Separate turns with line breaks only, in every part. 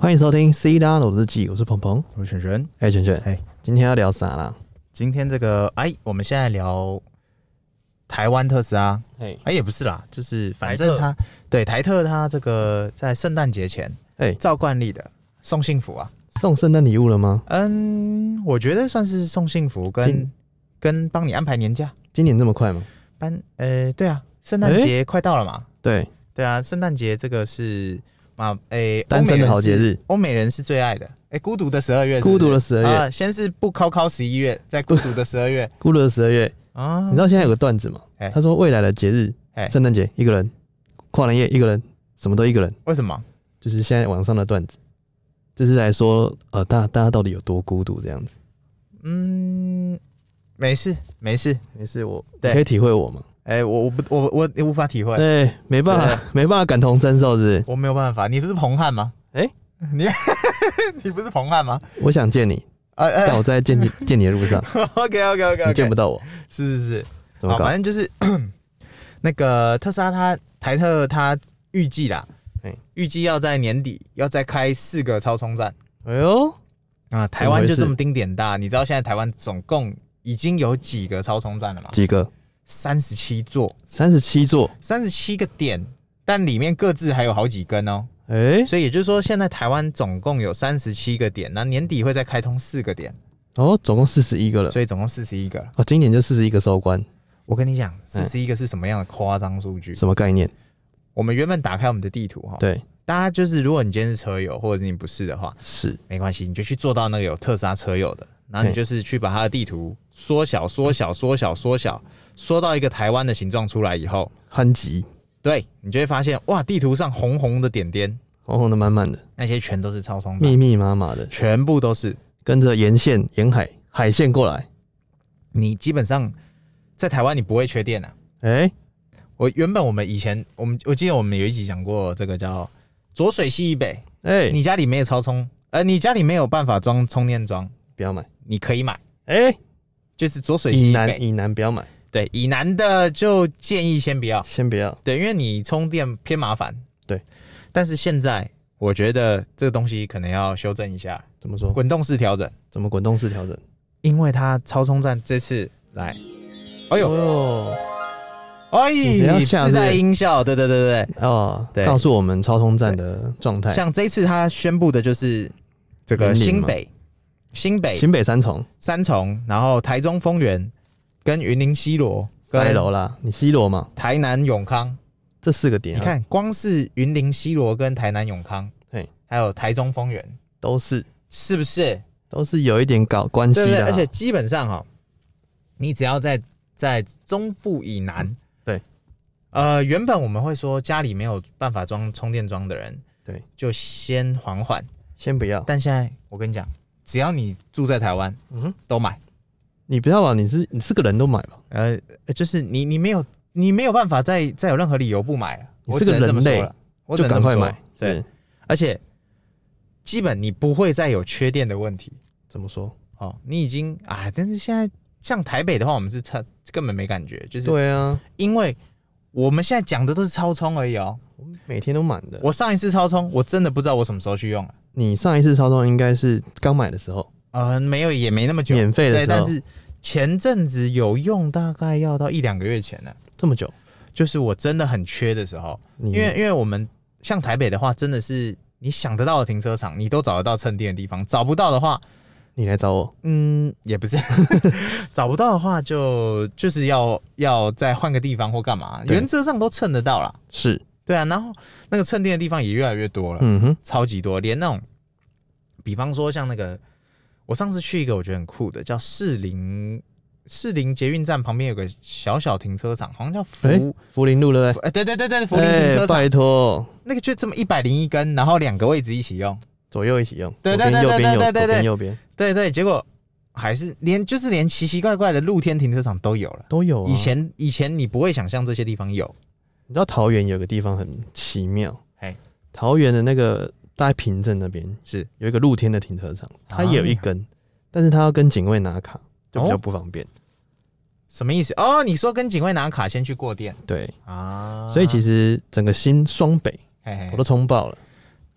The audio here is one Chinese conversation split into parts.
欢迎收听《C 大佬日记》，我是鹏鹏。
我是璇璇。
哎、圈圈，
哎
今天要聊啥啦？
今天这个，哎，我们现在聊台湾特斯拉，
哎、
哎，也不是啦，就是反
台
正
特
他对台特他这个在圣诞节前，
哎
照惯例的送幸福啊，
送圣诞礼物了吗？
嗯，我觉得算是送幸福跟
今
跟帮你安排年假，
今年这么快吗？
班，呃，对啊，圣诞节快到了嘛，
对，
对啊，圣诞节这个是嘛，哎，
单身的好节日，
欧美人是最爱的，哎，孤独的十二月是不是，
孤独的十二月，
啊，先是不考考十一月，再孤独的十 二月
孤独的十二月。
啊，
你知道现在有个段子吗？
哎
他说未来的节日，
哎
圣诞节一个人，跨年夜一个人，什么都一个人，
为什么？
就是现在网上的段子，就是来说呃，大大家到底有多孤独这样子。
嗯，没事没事，
没事，我你
对
可以体会我吗？
哎、我我不我我我无法体会，
哎、没办法，没办法感同身受，是不是？
我没有办法。你不是彭汉吗？
哎
你 你不是彭汉吗？
我想见你，
哎哎
但我在见你见你的路上，
，OK OK OK，,
你见不到我，
是是是，
怎么
好，
搞
反？正就是 那个特斯拉它台特它预计啦
对，
预计要在年底要再开四个超充站
哎呦，
啊，台湾就
怎么回事
这么丁点大，你知道现在台湾总共已经有几个超充站了吗？
几个？
三十七座，
三十七座，
三十七个点，但里面各自还有好几根哦。
哎、
所以也就是说，现在台湾总共有三十七个点，那年底会再开通四个点，
哦，总共四十一个了，
所以总共四十一个了。
哦，今年就四十一个收官，
我跟你讲，四十一个是什么样的夸张数据？
什么概念？
我们原本打开我们的地图哈，
对，
大家就是如果你今天是车友，或者你不是的话，
是，
没关系，你就去做到那个有特斯拉车友的，然后你
对
就是去把它的地图缩小、缩小、缩小、缩小，缩到一个台湾的形状出来以后，
憨吉，
对你就会发现，哇，地图上红红的点点，
红红的、哦满满的，
那些全都是超充
密
站，
密麻麻的，
全部都是。
跟着沿线、沿海、海线过来。
你基本上在台湾你不会缺电啊。
哎、
我原本我们以前，我们我记得我们有一集讲过这个叫浊水溪以北，
哎、
你家里没有超充，呃，你家里没有办法装充电桩，
不要买。
你可以买，
哎、
就是浊水
以
溪以
南
北。
以南不要买，
对，以南的就建议先不要，
先不要。
对，因为你充电偏麻烦。
对，
但是现在我觉得这个东西可能要修正一下，
怎么说？
滚动式调整，
怎么滚动式调整？
因为它超充站这次来，哎呦，
哦
哎，
你不要吓
自
是
带
不是
音效，对对对对
哦，
对
告诉我们超充站的状态。
像这次他宣布的就是这
云
个
林
新
吗
北、新北、
新北三重
三重，然后台中丰原、跟云林西罗、
塞
跟
楼啦，你 C 罗嘛，
台南永康。
这四个点、
你
啊、
看，光是云林西罗跟台南永康
嘿，
还有台中丰原，
都是
是不是？
都是有一点搞关系
对不对？
的啊、
而且基本上哈、哦，你只要在在中部以南，
对，
呃，原本我们会说家里没有办法装充电桩的人，
对，
就先缓缓。
先不要。
但现在我跟你讲，只要你住在台湾，
嗯哼
都买。
你不要吧，你是你是个人都买吧，
呃，就是你你没有你没有办法再再有任何理由不买了。啊
你
我
是
只
个
能这么
人类
说了，我只
就
能这
赶
么
快
说
买。
对，
是，
而且基本你不会再有缺电的问题
怎么说？
哦。你已经啊，但是现在像台北的话，我们是差根本没感觉，就是
对啊，
因为我们现在讲的都是超充而已哦。
我每天都满的。
我上一次超充，我真的不知道我什么时候去用了。
你上一次超充应该是刚买的时候，
呃，没有，也没那么久，
免费的
对，
时候
但是前阵子有用，大概要到一两个月前了，
这么久，
就是我真的很缺的时候，
你
因为因为我们像台北的话，真的是你想得到的停车场，你都找得到蹭电的地方，找不到的话，
你来找我，
嗯，也不是， 找不到的话就就是要要再换个地方或干嘛，
对
原则上都蹭得到啦。
是，
对啊，然后那个蹭电的地方也越来越多了，
嗯哼，
超级多，连那种，比方说像那个，我上次去一个我觉得很酷的，叫士林士林捷运站旁边有个小小停车场，好像叫福，
哎
哎、
福林路对不
对对对对，福
对？
林停车
哎
场，
拜托，
那个就这么一百零一根，然后两个位置一起用，
左右一起用，
对对
左边右
对
边
对
右左
对对对
边
对
右边
对对，结果还是连就是连奇奇怪怪的露天停车场都有了。
都有啊。
以前以前你不会想象这些地方有，
你知道桃园有个地方很奇妙，
哎
桃园的那个大概平镇那边
是
有一个露天的停车场，它
啊哦
也有一根，但是它要跟警卫拿卡，就比较不方便。
什么意思？哦，你说跟警卫拿卡先去过店
对，
啊？哎
所以其
实
实整个新双北
嘿嘿
我都冲爆了。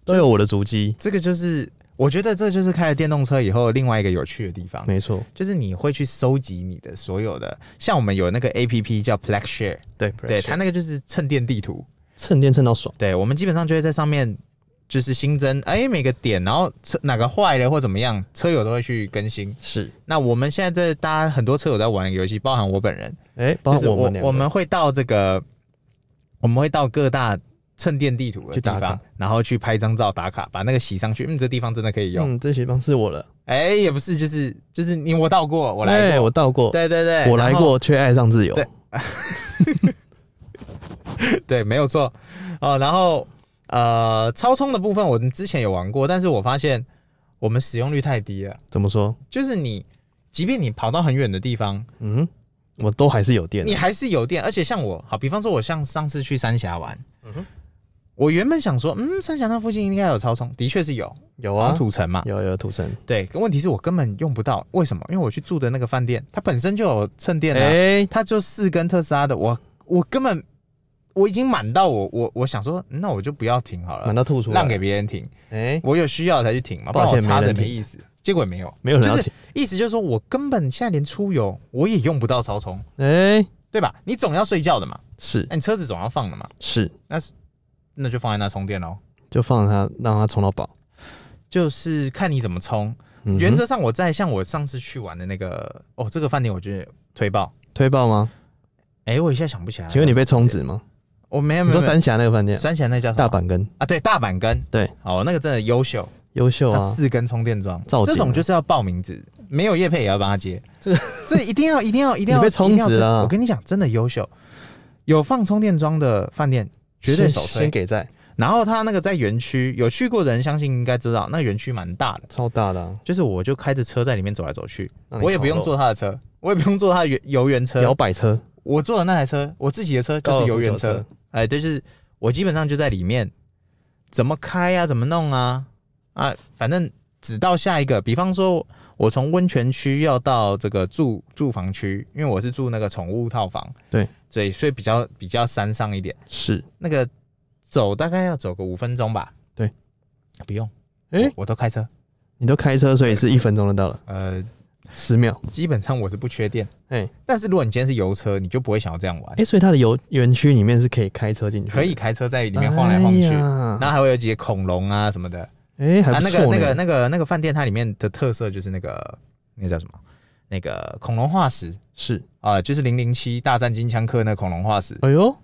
都有我的足迹，
这个就是我觉得这就是开了电动车以后另外一个有趣的地方，
没错，
就是你会去收集你的所有的，像我们有那个 A P P 叫 Plex Share，
对，
对它那个就是蹭电地图，
蹭电蹭到爽，
对我们基本上就会在上面就是新增哎、每个点，然后车哪个坏了或怎么样，车友都会去更新。
是，
那我们现在在大家很多车友在玩一个游戏，包含我本人，
哎、包
就是
括
我
们两个
我们会到这个，我们会到各大蹭电地图的
去打
地方
卡，
然后去拍张照打卡，把那个洗上去。嗯，这地方真的可以用。
嗯，这些帮是我了，
哎、也不是，就是就是你我到过，我
哎
来过，
我到过，
对对对，
我来
然后，
过，却爱上自由，
对对，没有错。哦，然后呃，超充的部分我们之前有玩过，但是我发现我们使用率太低了，
怎么说？
就是你即便你跑到很远的地方，
嗯，我都还是有电
你
的，
还是有电，而且像我，好，比方说，我像上次去三峡玩，
嗯哼
我原本想说，嗯，三峡那附近应该有超充，的确是有，
有
黄
啊，
土城嘛，
有有土城，
对。可问题是我根本用不到，为什么？因为我去住的那个饭店，它本身就有蹭电啊，
哎、
它就四根特斯拉的，我我根本我已经满到我我我想说，嗯那我就不要停好
满
了，
到吐出来，
让给别 人停，
哎、
我有需要才去停嘛，不
抱
然我
歉
插
没
着
人
没
停
意思。结果也没有，
没有人要
就是
停，
意思就是说我根本现在连出游我也用不到超充，
哎、
对吧？你总要睡觉的嘛。
是
那你车子总要放的嘛，
是，
那就放在那充电喽。
就放它，让它充到饱。
就是看你怎么充。
嗯哼
原则上，我在像我上次去玩的那个哦，这个饭店我觉得推爆。
推爆吗？
哎、我一下想不起来了。
请问你被充值吗？
我没有
你
没
说
有没
三峡那个饭
有
店，
三峡那叫什
大
么
阪跟
啊？对，大阪根
对，
哦，那个真的优秀，
优秀
它
啊，
四根充电桩，
造景啊
这种就是要报名字，没有叶配也要帮他接。
这个
这一定要一定要一定要
你被充值
一定要
了啊
我跟你讲，真的优秀，有放充电桩的饭店绝对
先
首推
先。给在，
然后它那个在园区，有去过的人相信应该知道，那园区蛮大的。
超大的啊，
就是我就开着车在里面走来走去，
让你
我也
烤
不用
肉
坐他的车，我也不用坐他的游游园
摇
车，
摆车，
我坐的那台车，我自己的车就是游园
高尔夫
车
球，
哎，就是我基本上就在里面，怎么开啊，怎么弄啊，啊，反正直到下一个，比方说我从温泉区要到这个住住房区，因为我是住那个宠物套房，
对，
所以所以比较比较山上一点，
是，
那个走大概要走个五分钟吧，
对，
不用，
哎、
我我都开车，
你都开车，所以是一分钟就到了，
呃，
十秒，
基本上我是不缺电。
哎、
但是如果你今天是油车，你就不会想要这样玩
哎、，所以它的游园区里面是可以开车进去的，
可以开车在里面晃来晃去，
哎呀
然后还会有几个恐龙啊什么的。
哎、还
啊，
不
那个
错、呢。
那个那个那个饭店它里面的特色就是那个那个叫什么？那个恐龙化石
是，
啊、就是零零七大战金枪客那个恐龙化石，
哎呦，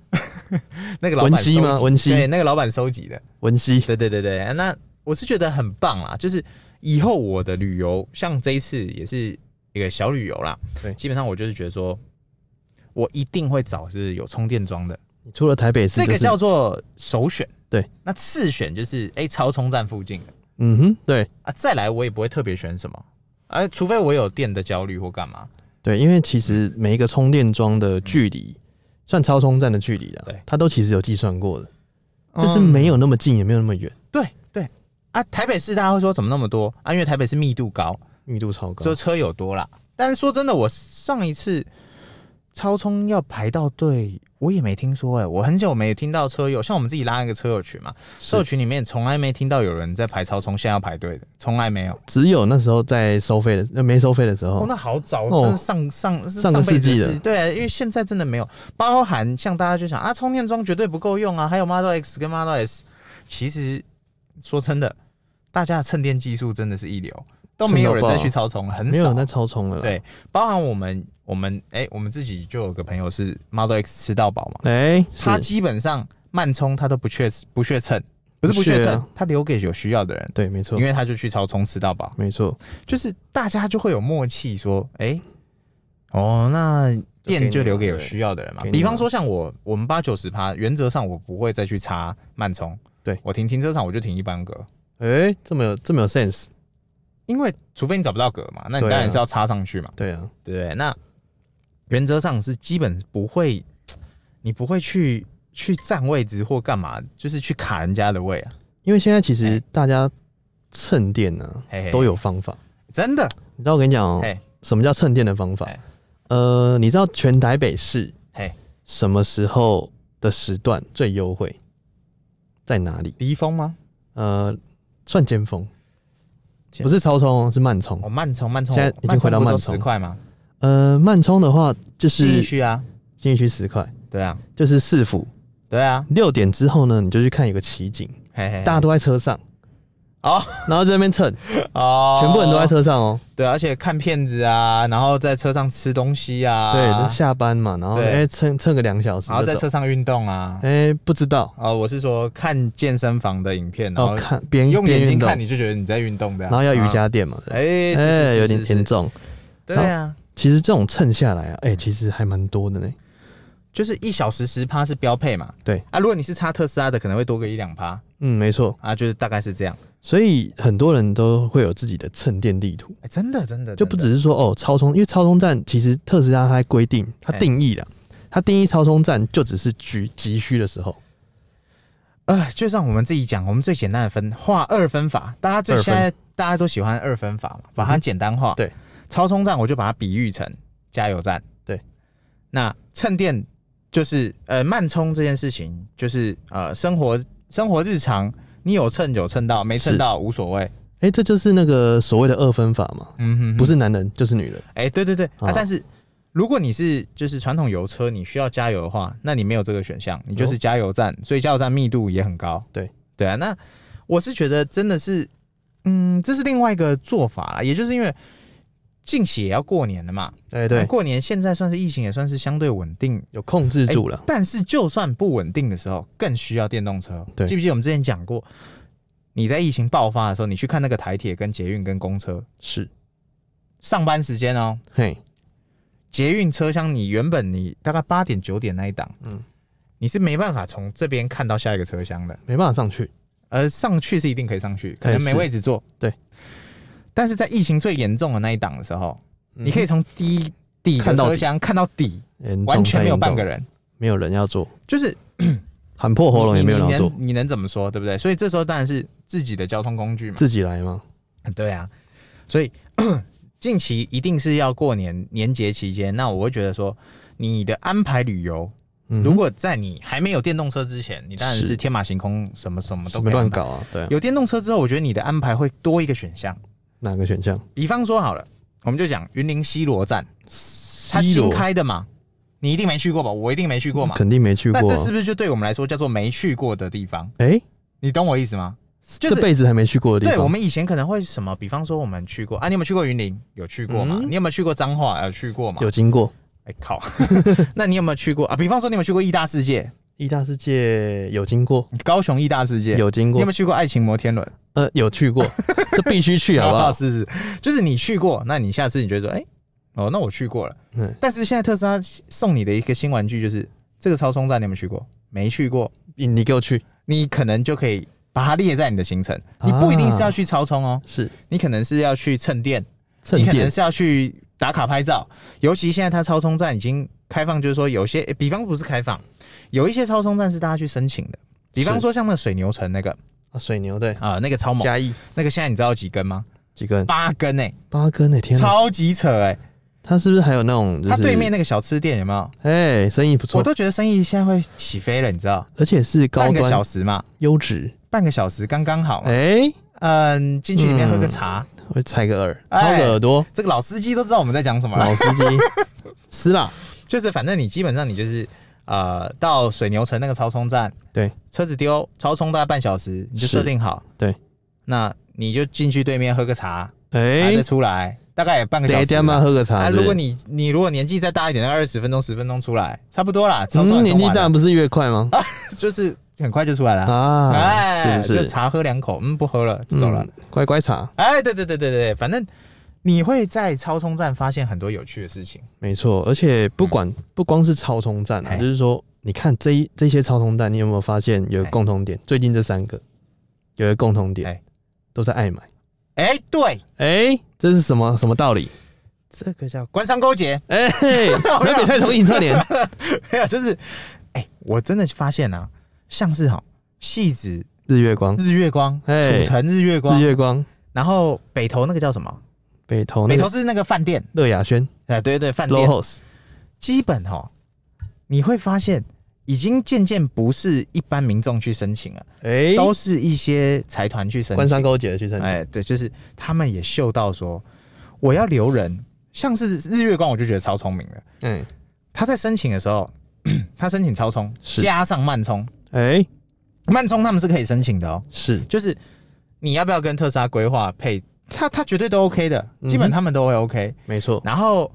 那个老板
文西吗
收集
文西
对，那个老板收集的，
文熙，
对对对对。那我是觉得很棒啦，就是以后我的旅游，像这一次也是一个小旅游啦，
对
基本上我就是觉得说，我一定会找是有充电桩的。
你除了台北市、就
这
是，
个叫做首选，
对。
那次选就是哎、超充站附近的
嗯哼，对
啊，再来我也不会特别选什么，哎、除非我有电的焦虑或干嘛。
对，因为其实每一个充电桩的距离，算超充站的距离啊
对，
它都其实有计算过的，就是没
有、
有那么近，也没有那么远，
嗯对对啊，台北市大家会说怎么那么多啊？因为台北市密度高，
密度超高
就，车友多啦。但是说真的，我上一次超充要排到队，我也没听说哎、我很久没听到车友，像我们自己拉一个车友群嘛，
是
社群里面从来没听到有人在排超充，现在要排队的，从来没有。
只有那时候在收费的，呃，没收费的时
哦
候，，
那好早，
哦
那上上
上个世纪的
辈子对啊，因为现在真的没有，包含像大家就想啊，充电桩绝对不够用啊，还有 Model X 跟 Model S，其实说真的，大家的蹭电技术真的是一流，都没有人再去超充了，很
没有
少
人。在超充了。
对，包含我们，我们哎、我们自己就有个朋友是 Model X 吃到饱嘛，
哎、
他
是，
基本上慢充他都不确不确蹭，不是不
不
确
屑
蹭
啊，
他留给有需要的人，
对，没错
因，为他就去超充吃到饱。
没错，
就是大家就会有默契，说，哎、
嗯
哦，那电就留给有需要的人嘛。
给你了
比方说像我，我们八九十趴，原则上我不会再去插慢充，
对
我停停车场我就停一般格，
哎、这么有这么有 sense，
因为除非你找不到格嘛，那你
对啊
当然是要插上去嘛，
对啊，
对不对？那原则上是基本不会，你不会去去占位置或干嘛，就是去卡人家的位啊，
因为现在其实大家蹭电呢、啊、
嘿嘿，
都有方法，
真的，
你知道我跟你讲哦、
嘿，
什么叫蹭电的方法
哎？
呃，你知道全台北市
嘿，
什么时候的时段最优惠在哪里？
离峰吗？
呃，算尖峰，
尖
不是超冲哦，是慢冲。
哦，慢冲慢冲，
现在已经回到慢冲
十块嘛，
呃，慢冲的话就
新
是
区啊，
新义区十块，
对啊，
就是市府
对啊，
六点之后呢，你就去看有个奇景，
嘿嘿，
大家都在车上，
哦
然后在那边蹭，
哦，
全部人都在，车上哦。
对，而且看片子啊，然后在车上吃东西啊，
对，下班嘛，然后
对
哎蹭蹭个两小时
然后在
就走。
车上运动啊，
哎，不知道
哦，我是说看健身房的影片，然
哦，
后
看边
用
边
眼睛
运动，
看你就觉得你在运动的，啊
然后要瑜，伽垫嘛，对
哎，是是
哎
是
有点
是是
偏重。
对啊，
其实这种蹭下来啊，哎，其实还蛮多的呢。
就是一小时十趴是标配嘛，
对
啊，如果你是插特斯拉的，可能会多个一两趴
嗯，没错，
啊，就是大概是这样，
所以很多人都会有自己的蹭电地图。
哎，真的真的
就不
真的
只是说哦超充，因为超充站其实特斯拉它还规定，它
哎
定义了，它定义超充站就只是急急需的时候，
呃，就像我们自己讲，我们最简单的分化二分法，大家最
二分嗯
现在大家都喜欢二分法嘛，把它简单化。
对，
超充站我就把它比喻成加油站。
对，
那蹭电就是呃慢充这件事情，就是呃生活生活日常，你有蹭有蹭到，没蹭
是
到无所谓。
哎、这就是那个所谓的二分法嘛，
嗯哼哼
不是男人就是女人，
哎、对对对，啊，
啊
但是如果你是就是传统油车，你需要加油的话，那你没有这个选项，你就是加油站，所以加油站密度也很高。
哦对
对啊，那我是觉得真的是，嗯，这是另外一个做法啦，也就是因为近期也要过年了嘛，
哎、
那
对，
过年现在算是疫情也算是相对稳定。
有控制住
哎
了，
但是就算不稳定的时候，更需要电动车。
对
记不记得我们之前讲过，你在疫情爆发的时候，你去看那个台铁、跟捷运、跟公车
是，
上班时间哦、
嘿，
捷运车厢，你原本你大概八点九点那一档，嗯
嗯，
你是没办法从这边看到下一个车厢的，
没办法上去，
呃，上去是一定可以上去，可能
哎
没
是
位置坐，
对。
但是在疫情最严重的那一档的时候，
嗯
你可以从第一底的
看到底
车厢看到底，
严重
完全没有
嗯太严重
半个人，
没有人要做，
就是
喊破喉咙也没有人
你
要做，
能你能怎么说，对不对？所以这时候当然是自己的交通工具嘛，
自己来嘛，嗯
对啊，所以 近期一定是要过年年节期间，那我会觉得说，你的安排旅游
嗯，
如果在你还没有电动车之前，你当然是
是
天马行空，什么什么都
什
可
么
以
乱
安排。
搞啊，对啊，
有电动车之后，我觉得你的安排会多一个选项。
哪个选项？
比方说好了，我们就讲云林西罗站，它
西
新
罗
开的嘛，你一定没去过吧？我一定没去过嘛。
肯定没去过
那这
啊、
是不是就对我们来说叫做没去过的地方？
哎、
你懂我意思吗？就是
这辈子还没去过的地
对，我
方，
们以前可能会什么？比方说我们去过啊，你有没有去过云林？有去过嘛？
嗯
你有没有去过彰化？有呃去过嘛？
有经过
哎、靠， 那你有没有去过啊？比方说你有没有去过义大世界？
意大世界，有经过，
高雄义大世界？
有经
你
过
有没有，去过爱情摩天轮？
呃，有去过，这必须 去好不好？
是是，就是你去过，那你下次你觉得说，哎、哦，那我去过了。
嗯，
但是现在特斯拉送你的一个新玩具就是这个超充站，你有没有去过？没去过，
你你给我去，
你可能就可以把它列在你的行程。
啊
你不一定是要去超充哦，
是
你可能是要去蹭电，
蹭
你可能
电，
是要去打卡拍照。尤其现在它超充站已经开放，就是说有些，诶比方不是开放，有一些超充站是大家去申请的。比方
是
说像那个水牛城那个
啊水牛对，
啊、那个超猛，
嘉义
那个现在你知道有几根吗？
几根
八根哎、
八根呢、天哪，
超级扯哎、
他是不是还有那种就是
他对面那个小吃店有没有？
哎生意不
我
错，
都觉得生意现在会起飞了，你知道？
而且是高
半个小
端
时嘛，
优质，
半个小时刚刚好嘛。啊
哎、
嗯，进去里面喝个茶，
我踩个耳，掏
哎啊
个耳朵，
这个老司机都知道我们在讲什么了。
老司 机吃啦，
就是反正你基本上你就是呃，到水牛城那个超充站，
对，
车子丢，超充大概半小时，你就是设定好。
对，
那你就进去对面喝个茶，然
哎
后再、出来，大概也半个
等
小
一
时
点嘛，
嘛。
喝个茶
啊，
是不是。
如果你你如果年纪再大一点，二十分钟、十分钟出来，差不多啦。超
嗯，
充很
年纪
晚了
大不是越快吗？
就是很快就出来了。
啊，
哎，
是不？
就是茶喝两口，嗯，不喝了，就走了。
嗯，乖乖茶，
哎，对对对对对，反正你会在超充站发现很多有趣的事情。
没错，而且不管、不光是超充站啊，
嗯嘿
就是说，你看这一这些超充站，你有没有发现有个
嘿
共同点？最近这三个有个共同点
嘿，
都在爱买。
哎，对，
哎、这是什么什么道理？
这个叫官商勾结，
哎、嘿南北太同意串联，
没有，就是哎，我真的发现啊，像是哈戏子
日月光，
日月光、
哎
土城日月
日
光，
月光，北
然后北投那个叫什么？
投那
北
个
投是那个饭店，
乐雅轩
哎，对对，饭
l o
店
w House，
基本哈，你会发现已经渐渐不是一般民众去申请了，
哎、
都是一些财团去申
官
请。
商勾结的去申请，
哎，对，就是他们也嗅到说我要留人，像是日月光，我就觉得超聪明的。
嗯，
他在申请的时候， 他申请超充
是
加上慢充，
哎、
慢充他们是可以申请的哦。
是
就是你要不要跟特斯拉规划配，他他绝对都 OK 的，基
嗯
本
哼
他们都会 OK、
没错，
然后，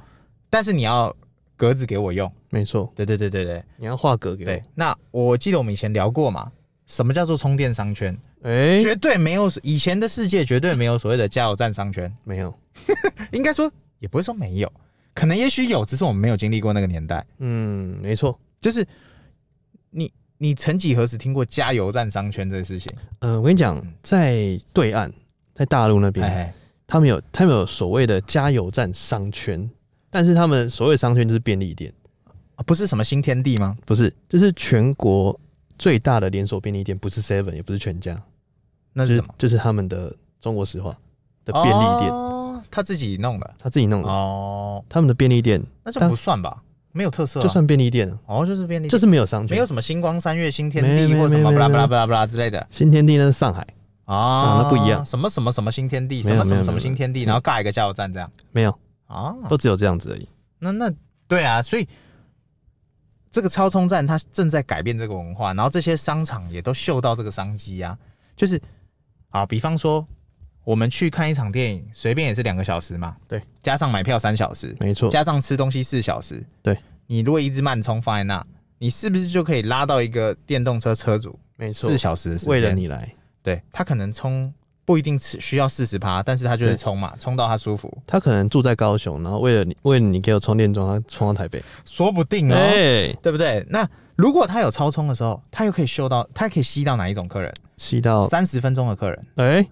但是你要格子给我用，
没错，
对对对对对
你要画格给我
对，。那我记得我们以前聊过嘛，什么叫做充电商圈？
哎、
绝对没有以前的世界绝对没有所谓的加油站商圈，
没有，
应该说也不是说没有，可能也许有，只是我们没有经历过那个年代。
嗯，没错，
就是你你曾几何时听过加油站商圈这个事情？
呃，我跟你讲，在对岸，在大陆那边，
哎，
他们有他们有所谓的加油站商圈，但是他们所谓的商圈就是便利店，
啊不是什么新天地吗？
不是，就是全国最大的连锁便利店，不是 Seven 也不是全家，
那
就是是
什么？
就是他们的中国石化的便利店，嗯
哦，他自己弄的
他自己弄的，
哦，
他们的便利店
那就
但
不算吧，没有特色啊，
就算便利店了，
哦，就是便利，
就是没有商
没
圈
有。什么星光三月、新天
没
地
没
或什么
没
巴拉
没
巴拉巴拉巴拉之类的
新天地那是上海，
啊，
那不一样
什么什么什么新天地，
没
什
有
么什
没
么
有
什
没
么
有
新天地，
嗯
然后盖一个加油站这样
没有，
啊，
都只有这样子而已。
那那对啊，所以。这个超充站它正在改变这个文化，然后这些商场也都嗅到这个商机啊。就是啊，比方说我们去看一场电影，随便也是两个小时嘛，
对，
加上买票三小时，
没错，
加上吃东西四小时，
对，
你如果一直慢充放在那，你是不是就可以拉到一个电动车车主
没错
四，小时的时间
为了，你来，
对他可能充不一定吃需要四十趴，但是他就是
对
充嘛，充到他舒服，
他可能住在高雄，然后为了你，为了你给我充电桩，他充到台北。
说不定哦，
哎，
对不对？那如果他有超充的时候，他又可以嗅到，他可以吸到哪一种客人？
吸到
三十分钟的客人，
哎，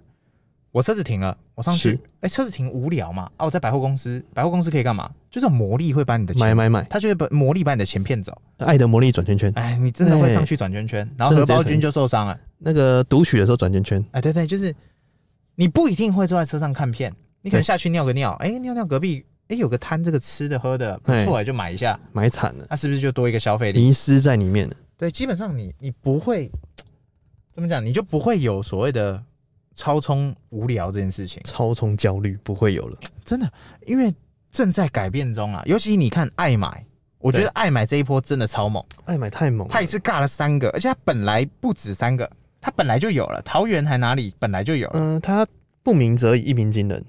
我车子停了，我上去
是，
哎、车子停无聊嘛，啊，我在百货公司，百货公司可以干嘛？就是有魔力会把你的
买
钱，
买买，
他就会把魔力把你的钱骗走，
爱的魔力转圈圈，
哎，你真的会上去转圈圈，然后荷包君就受伤了。
那个读取的时候转圈圈，
哎，对对，就是你不一定会坐在车上看片，你可能
对
下去尿个尿，哎、尿尿隔壁，哎、有个摊这个吃的喝的不错、哎，就买一下，
买惨了，
那、是不是就多一个消费力？
迷失在里面了。
对，基本上你你不会怎么讲，你就不会有所谓的超充无聊这件事情，
超充焦虑不会有了，
真的，因为正在改变中啊。尤其你看爱买，我觉得
对
爱买这一波真的超猛，
爱哎买太猛了
他一次尬了三个，而且他本来不止三个，他本来就有了，桃园还哪里本来就有了。
嗯，他不鸣则已，一鸣惊人。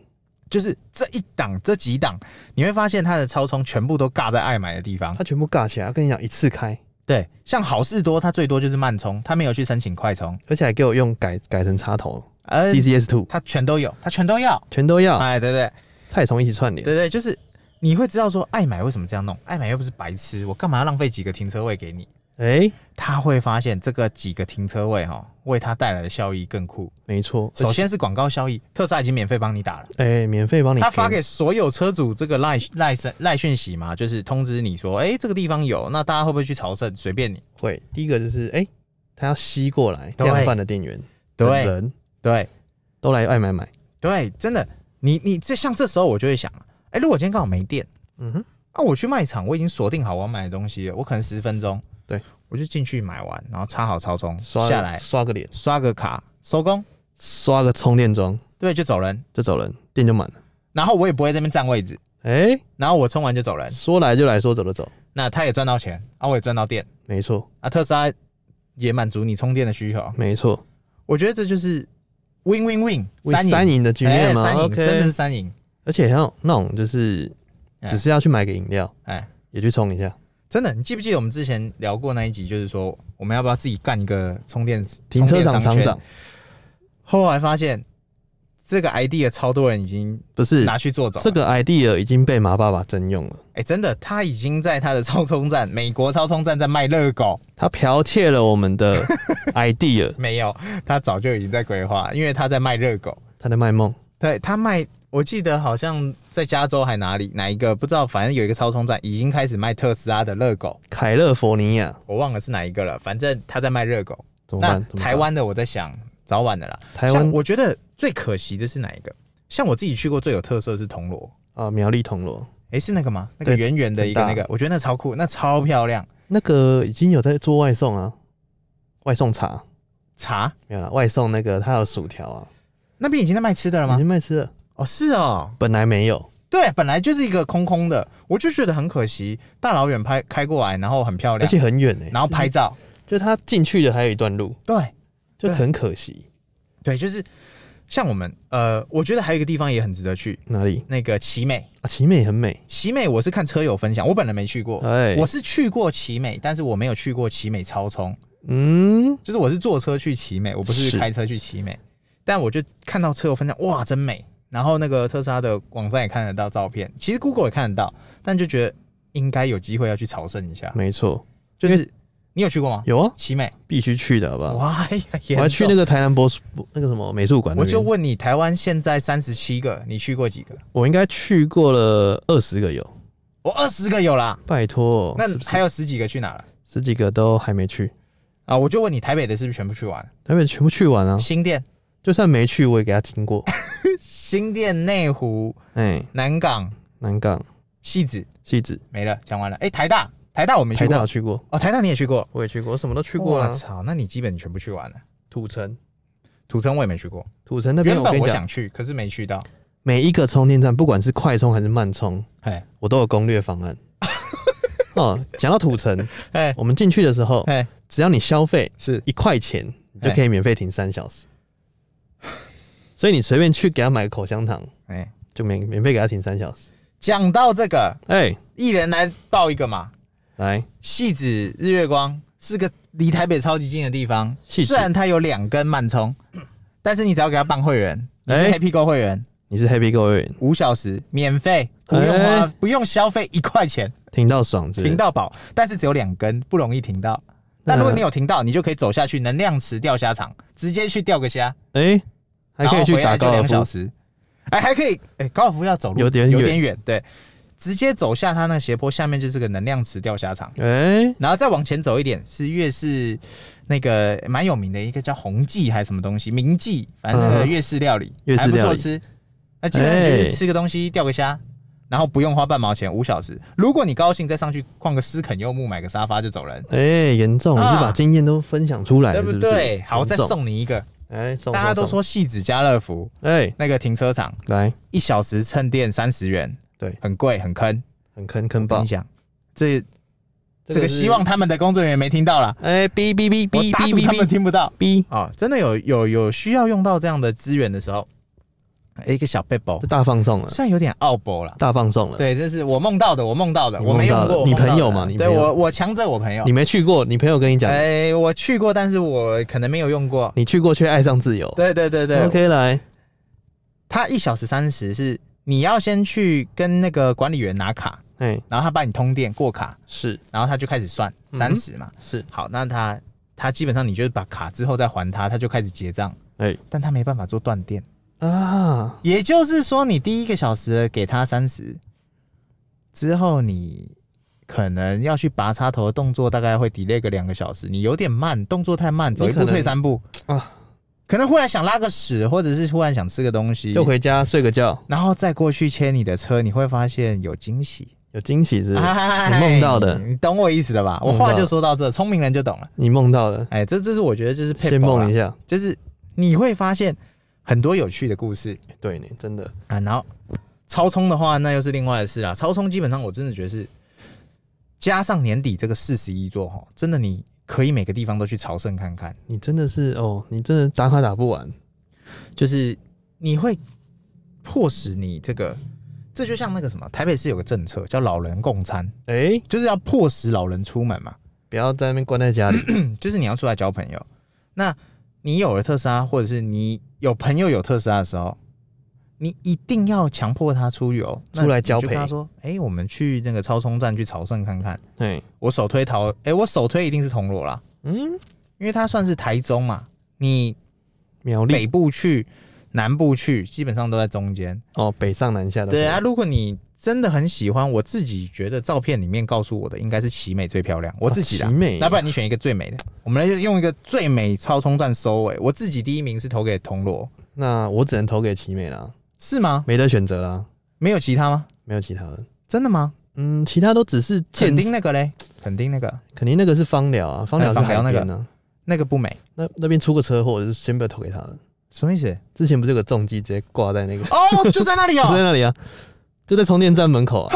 就是这一档这几档，你会发现它的超充全部都尬在爱买的地方。
他全部尬起来，跟你讲一次开，
对，像好事多，它最多就是慢充，它没有去申请快充，
而且还给我用改改成插头
呃，
，CCS Two
它全都有，它全都要。
全都要，
哎，对对
菜虫一起串联。
对对，就是你会知道说爱买为什么这样弄，爱买又不是白痴，我干嘛要浪费几个停车位给你？
哎，
他会发现这个几个停车位哈、为他带来的效益更酷。
没错，
首先是广告效益，特斯拉已经免费帮你打了。
哎，免费帮你
他发给所有车主这个赖赖声赖讯息嘛，就是通知你说，哎、这个地方有，那大家会不会去朝圣？随便你。
会，第一个就是哎、他要吸过来
对
量贩的店员，等
对
人
对
都来爱买买，
对，真的，你你这像这时候我就会想，哎、如果今天刚好没电
嗯哼，
啊，我去卖场，我已经锁定好我要买的东西了，我可能十分钟，
对
我就进去买完，然后插好超充，
刷
下来
刷个脸，
刷个卡，收工，
刷个充电桩
对，就走人。
就走人，店就满了。
然后我也不会在那边占位置，
哎、
然后我充完就走人。
说来就来说走就走，
那他也赚到钱，啊，我也赚到电，
没错，
啊，特斯拉也满足你充电的需求。
没错，
我觉得这就是 win win win
为三赢的局面
哎
嘛、
三赢
o
真的是
k
三赢，
而且还有那种就是
哎
只是要去买个饮料，
哎，
也去冲一下，
真的，你记不记得我们之前聊过那一集，就是说我们要不要自己干一个充电
停车场
充电商
厂
圈
长
后来发现这个 idea 超多人已经
不是
拿去做走了，啊
这个 idea 已经被马爸爸征用了，
哎、真的，他已经在他的超充站，美国超充站在卖热狗，
他剽窃了我们 的 idea，
没有，他早就已经在规划，因为他在卖热狗，
他在卖梦，
对他卖。我记得好像在加州还哪里哪一个不知道，反正有一个超充站已经开始卖特斯拉的热狗，
凯勒佛尼亚
我忘了是哪一个了，反正他在卖热狗。
怎么
那
办？怎么办
台湾的我在想，早晚的啦。
台
像
湾
我觉得最可惜的是哪一个？像我自己去过最有特色的是铜锣，
啊，苗栗铜锣
诶，是那个吗？那个
对
圆圆的一个
很大
那个，我觉得那超酷，那超漂亮。
那个已经有在做外送啊，外送茶
茶
没有了，外送那个它有薯条啊，
那边已经在卖吃的了
已
吗
经？卖吃了，
哦，是哦，
本来没有，
对，本来就是一个空空的，我就觉得很可惜，大老远拍开过来，然后很漂
而
亮，
且很远呢、欸
然后拍照，
就它进去的还有一段路，
对
就很可惜。
对，就是像我们呃，我觉得还有一个地方也很值得去，
哪里
那个奇美，
啊？奇美很美，
奇美我是看车友分享，我本来没去过，
哎，
我是去过奇美，但是我没有去过奇美超充，
嗯，
就是我是坐车去奇美，我不是
是
开车去奇美，但我就看到车友分享，哇，真美。然后那个特斯拉的网站也看得到照片，其实 Google 也看得到，但就觉得应该有机会要去朝圣一下。
没错，
就是你有去过吗？
有啊，
奇美，
必须去的好不好？
哇，哎呀，
嗯我还去那
个，
个台南博那个什么美术馆那
我
边，
就问你，台湾现在三十七个，你去过几个？
我应该去过了二十个有，
我二十个有啦，
拜托，
那
哦是不是
还有十几个去哪了？
十几个都还没去，
啊，我就问你，台北的是不是全部去完？
台北全部去完 啊，
新店、
就算没去我也给他经过，
新店、内湖、
哎，
南港、
南港、
戏子
戏子、
没了，讲完了。哎，台大，台大我没去
台
过
大有去过，
哦，台大你也去过？
我也去过，我什么都去过啊
我
了。
操，那你基本全部去完了。
土城，
土城我也没去过，
土城那边
原
我
本
跟你
我
讲，
想去，可是没去到。
每一个充电站，不管是快充还是慢充，
哎
我都有攻略方案。 哦，讲到土城，
哎
我们进去的时候，
哎，
只要你消费
是
一块钱，你就可以免费停三小时。所以你随便去给他买个口香糖，
哎，
就免免费给他停三小时。
讲到这个，
哎、
一人来报一个嘛。
来，
戏子日月光是个离台北超级近的地方，
戏子
虽然它有两根 慢充，但是你只要给它办会员，你是
哎
Happy Go 会员，
你是 Happy Go 会员，
五小时免费，不用花，
哎
不用消费一块钱，
停到爽是不是，嗯
停到饱。但是只有两根，不容易停到。
那
但如果你有停到，你就可以走下去能量池钓虾场，直接去钓个虾，
哎、还可以去打高
然后回来就
尔
两小
夫，
时。哎，还可以，哎，高尔夫要走路
有点
有
远
点远，对，直接走下它那个斜坡，下面就是个能量池钓虾场。
哎、
然后再往前走一点是越式那个蛮有名的一个叫红记还是什么东西名记，反正那个
嗯
粤式料理，
粤式料理哎
还不错吃。那基本上就是吃个东西钓个虾，然后不用花半毛钱，五小时。如果你高兴，再上去逛个斯肯柚木，买个沙发就走人，
哎、严重，你是
啊
把经验都分享出来了，
对
是
不
哎是？
对？好，
严
再
重，
送你一个。
哎、送，
大家都
送，
说戏子家乐福
哎、
那个停车场
来，
一小时蹭电三十元，
对
很贵很坑。
很坑坑爆
你，想，这这个
是
希望，他们的工作人员没听到啦，
哎、哔哔哔
我
哔
打
哔
赌他们
哔哔
听不到。
哔，
哦，真的有有有需要用到这样的资源的时候，哎一个小背包
这大放送了，
虽然有点奥博啦，
大放送了，
对，这是我梦到的，我梦到的，
你
我
梦
没
到
用
的
过。
你
我梦到
朋友
的
嘛你
对
朋友
我我强着我朋友
你，没去过，你朋友跟你讲，
啊哎，我去过，但是我可能没有用过。
你去过却爱上自由，
对对对对
o k 来，
他一小时三十是你要先去跟那个管理员拿卡，
哎、
然后他帮你通电过卡，
是
然后他就开始算
嗯
三十嘛。
是，
好，那他他基本上你就是把卡之后再还他，他就开始结账，
哎、
但他没办法做断电。
啊，
也就是说，你第一个小时给他三十，之后你可能要去拔插头的动作，大概会 delay 个两个小时。你有点慢，动作太慢，走一
你可
步
能
退三步
啊
啊。可能忽然想拉个屎，或者是忽然想吃个东西，
就回家睡个觉，
然后再过去牵你的车，你会发现有惊喜。
有惊喜是不是？
哎
你梦到的
你懂我意思了吧？我
梦到
话就说到这，聪明人就懂了。
你梦到了，
哎，这这是我觉得就是配
先梦一
下，
下，
就是你会发现很多有趣的故事。
对你真的，
啊，然后超充的话，那又是另外的事啦。超充基本上我真的觉得是加上年底这个四十一座哈，真的你可以每个地方都去朝圣看看，
你真的是哦，你真的打卡打不完，
就是你会迫使你这个，这就像那个什么，台北市有个政策叫老人共餐，
哎、
就是要迫使老人出门嘛，
不要在那边关在家 里，
嗯就是你要出来交朋友。那你有了特斯拉，或者是你有朋友有特斯拉的时候，你一定要强迫他出游，那
出来交
你就跟
配
他说：“哎、我们去那个超充站去朝圣看看。
哎、”
我首推桃，哎、我首推一定是铜锣啦，
嗯，
因为它算是台中嘛。你
苗栗
北部去，南部去，基本上都在中间。
哦，北上南下的，
对啊，，如果你真的很喜欢，我自己觉得照片里面告诉我的应该是奇美最漂亮，我自己啊
奇
啦。
美，
那不然你选一个最美的，我们来用一个最美超充站收尾。我自己第一名是投给铜锣，
那我只能投给奇美啦，
是吗？
没得选择啦，
没有其他吗？
没有其他的，
真的吗？
嗯，其他都只是
肯
建，
定那个嘞，肯定那个
肯定那个是芳疗啊，芳疗是
哎芳
海
疗那个
边呢、
那个不美，
那那边出个车祸，我就是先不要投给他了。
什么 意思？
之前不是有个重机直接挂在那个，
哦，就在那里
就在
哦。
那里啊，就在充电站门口啊。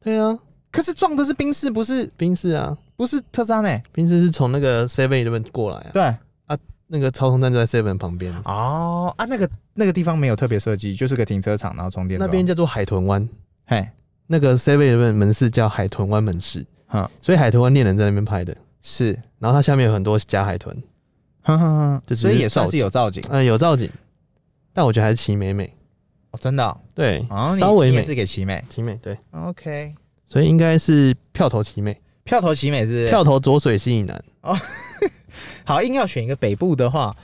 对啊，
可是撞的是宾士，不是
宾士啊，
不是特斯拉呢？
宾士是从那个 Seven 那边过来啊，
对，
那个超充站就在 Seven 旁边，
哦啊，那个那个地方没有特别设计，就是个停车场，然后充电
那
桩
边，叫做海豚湾。
嘿，
那个 Seven 的门市叫海豚湾门市，
嗯
所以海豚湾恋人在那边拍的，
是，
然后它下面有很多假海豚，
哼哼
就只
哼，
是
所以也算
造
是
景
有造景，
嗯、有造景，但我觉得还是齐美美，
哦真的哦，
对，
哦你
稍微
你也
美，
是给奇美
齐美对，
，OK，
所以应该是票投齐美，
票投奇美是不是
票投浊水溪以南，
好，硬要选一个北部的话，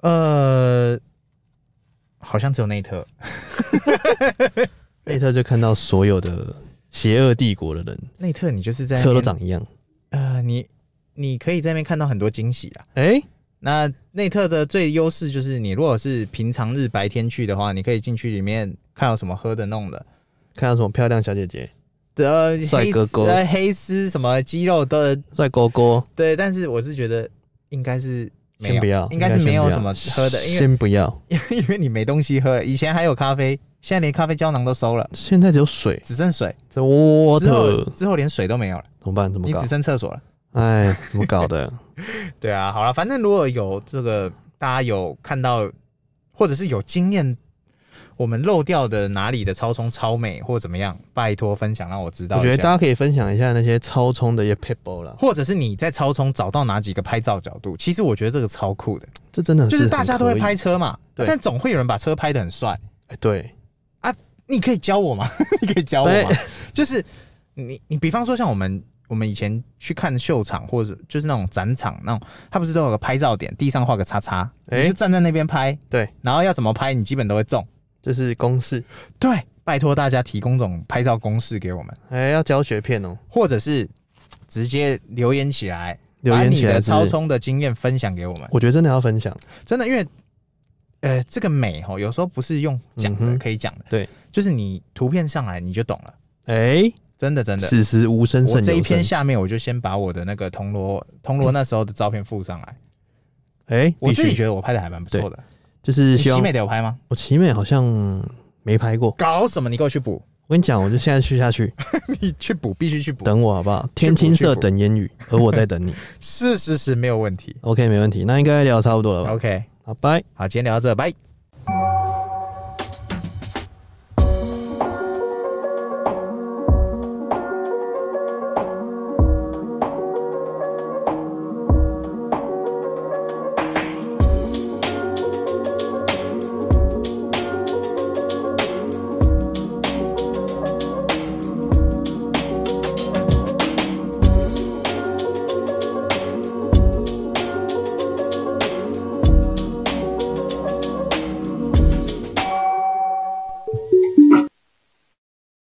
呃，好像只有内特。
内特就看到所有的邪恶帝国的人
内特，你就是在那
车都
边
长一样，
呃，你你可以在那边看到很多惊喜啦。
哎、
那内特的最优势就是，你如果是平常日白天去的话，你可以进去里面看有什么喝的弄的，
看到什么漂亮小姐姐、
呃，
帅
黑
哥
丝
哥
呃黑丝什么肌肉的，
帅哥哥，
对。但是我是觉得应该是没
先
有
不，要，
应该是
先
没
不要
有什么喝的，因为
先不要，
因为 你没东西喝了。以前还有咖啡，现在连咖啡胶囊都收了，
现在只有水，
只剩水。
这 water
之后
怎
之后连水都没有了，
么办？怎么
你
搞
只？剩厕所了。
哎，怎么搞 的？
对啊，好了，反正如果有这个大家有看到，或者是有经验，我们漏掉的哪里的超充超美或怎么样，拜托分享让我知道一
我
下。
觉得大家可以分享一下那些超充的一些 p e b l e 啦，
或者是你在超充找到哪几个拍照角度，其实我觉得这个超酷的，
这真的
就是大家
很
都
可
会
以
拍。车嘛，
对
但总会有人把车拍的很帅。
哎，对，
你可以教我吗？ 你可以教我
对
吗？就是你你比方说像我们我们以前去看秀场或者就是那种展场那种，它不是都有个拍照点，地上画个叉叉，
哎
你就站在那边拍，
对，
然后要怎么拍你基本都会中。
就是公式。
对，拜托大家提供这种拍照公式给我们，
哎，要教学片哦，
或者是直接留言起来，
留言起
把你
来
的
是不
超
是。
充的经验分享给我们。
我觉得真的要分享，
真的，因为呃，这个美哦，有时候不是用讲
嗯
的、
哼
可以讲的，
对，
就是你图片上来你就懂了，
哎，
真的真的。
此时无声
我
胜
这一
有声
篇。下面我就先把我的那个铜锣铜锣那时候的照片附上来，
哎，
我
必
自己
须，
觉得我拍的还蛮不错的。
就是
你
希
西
望
美的有拍吗？
我奇美好像没拍过。
搞什么？你给我去补，
我跟你讲，我就现在去下 去，
你去补， 必须去补。
等我好不好？天
补
青
去
色
补
等烟雨，而我在 等你。
是是是，没有问题。
OK，没问题。那应该聊得差不多了吧？
OK，
好，拜。
好，今天聊到这，拜。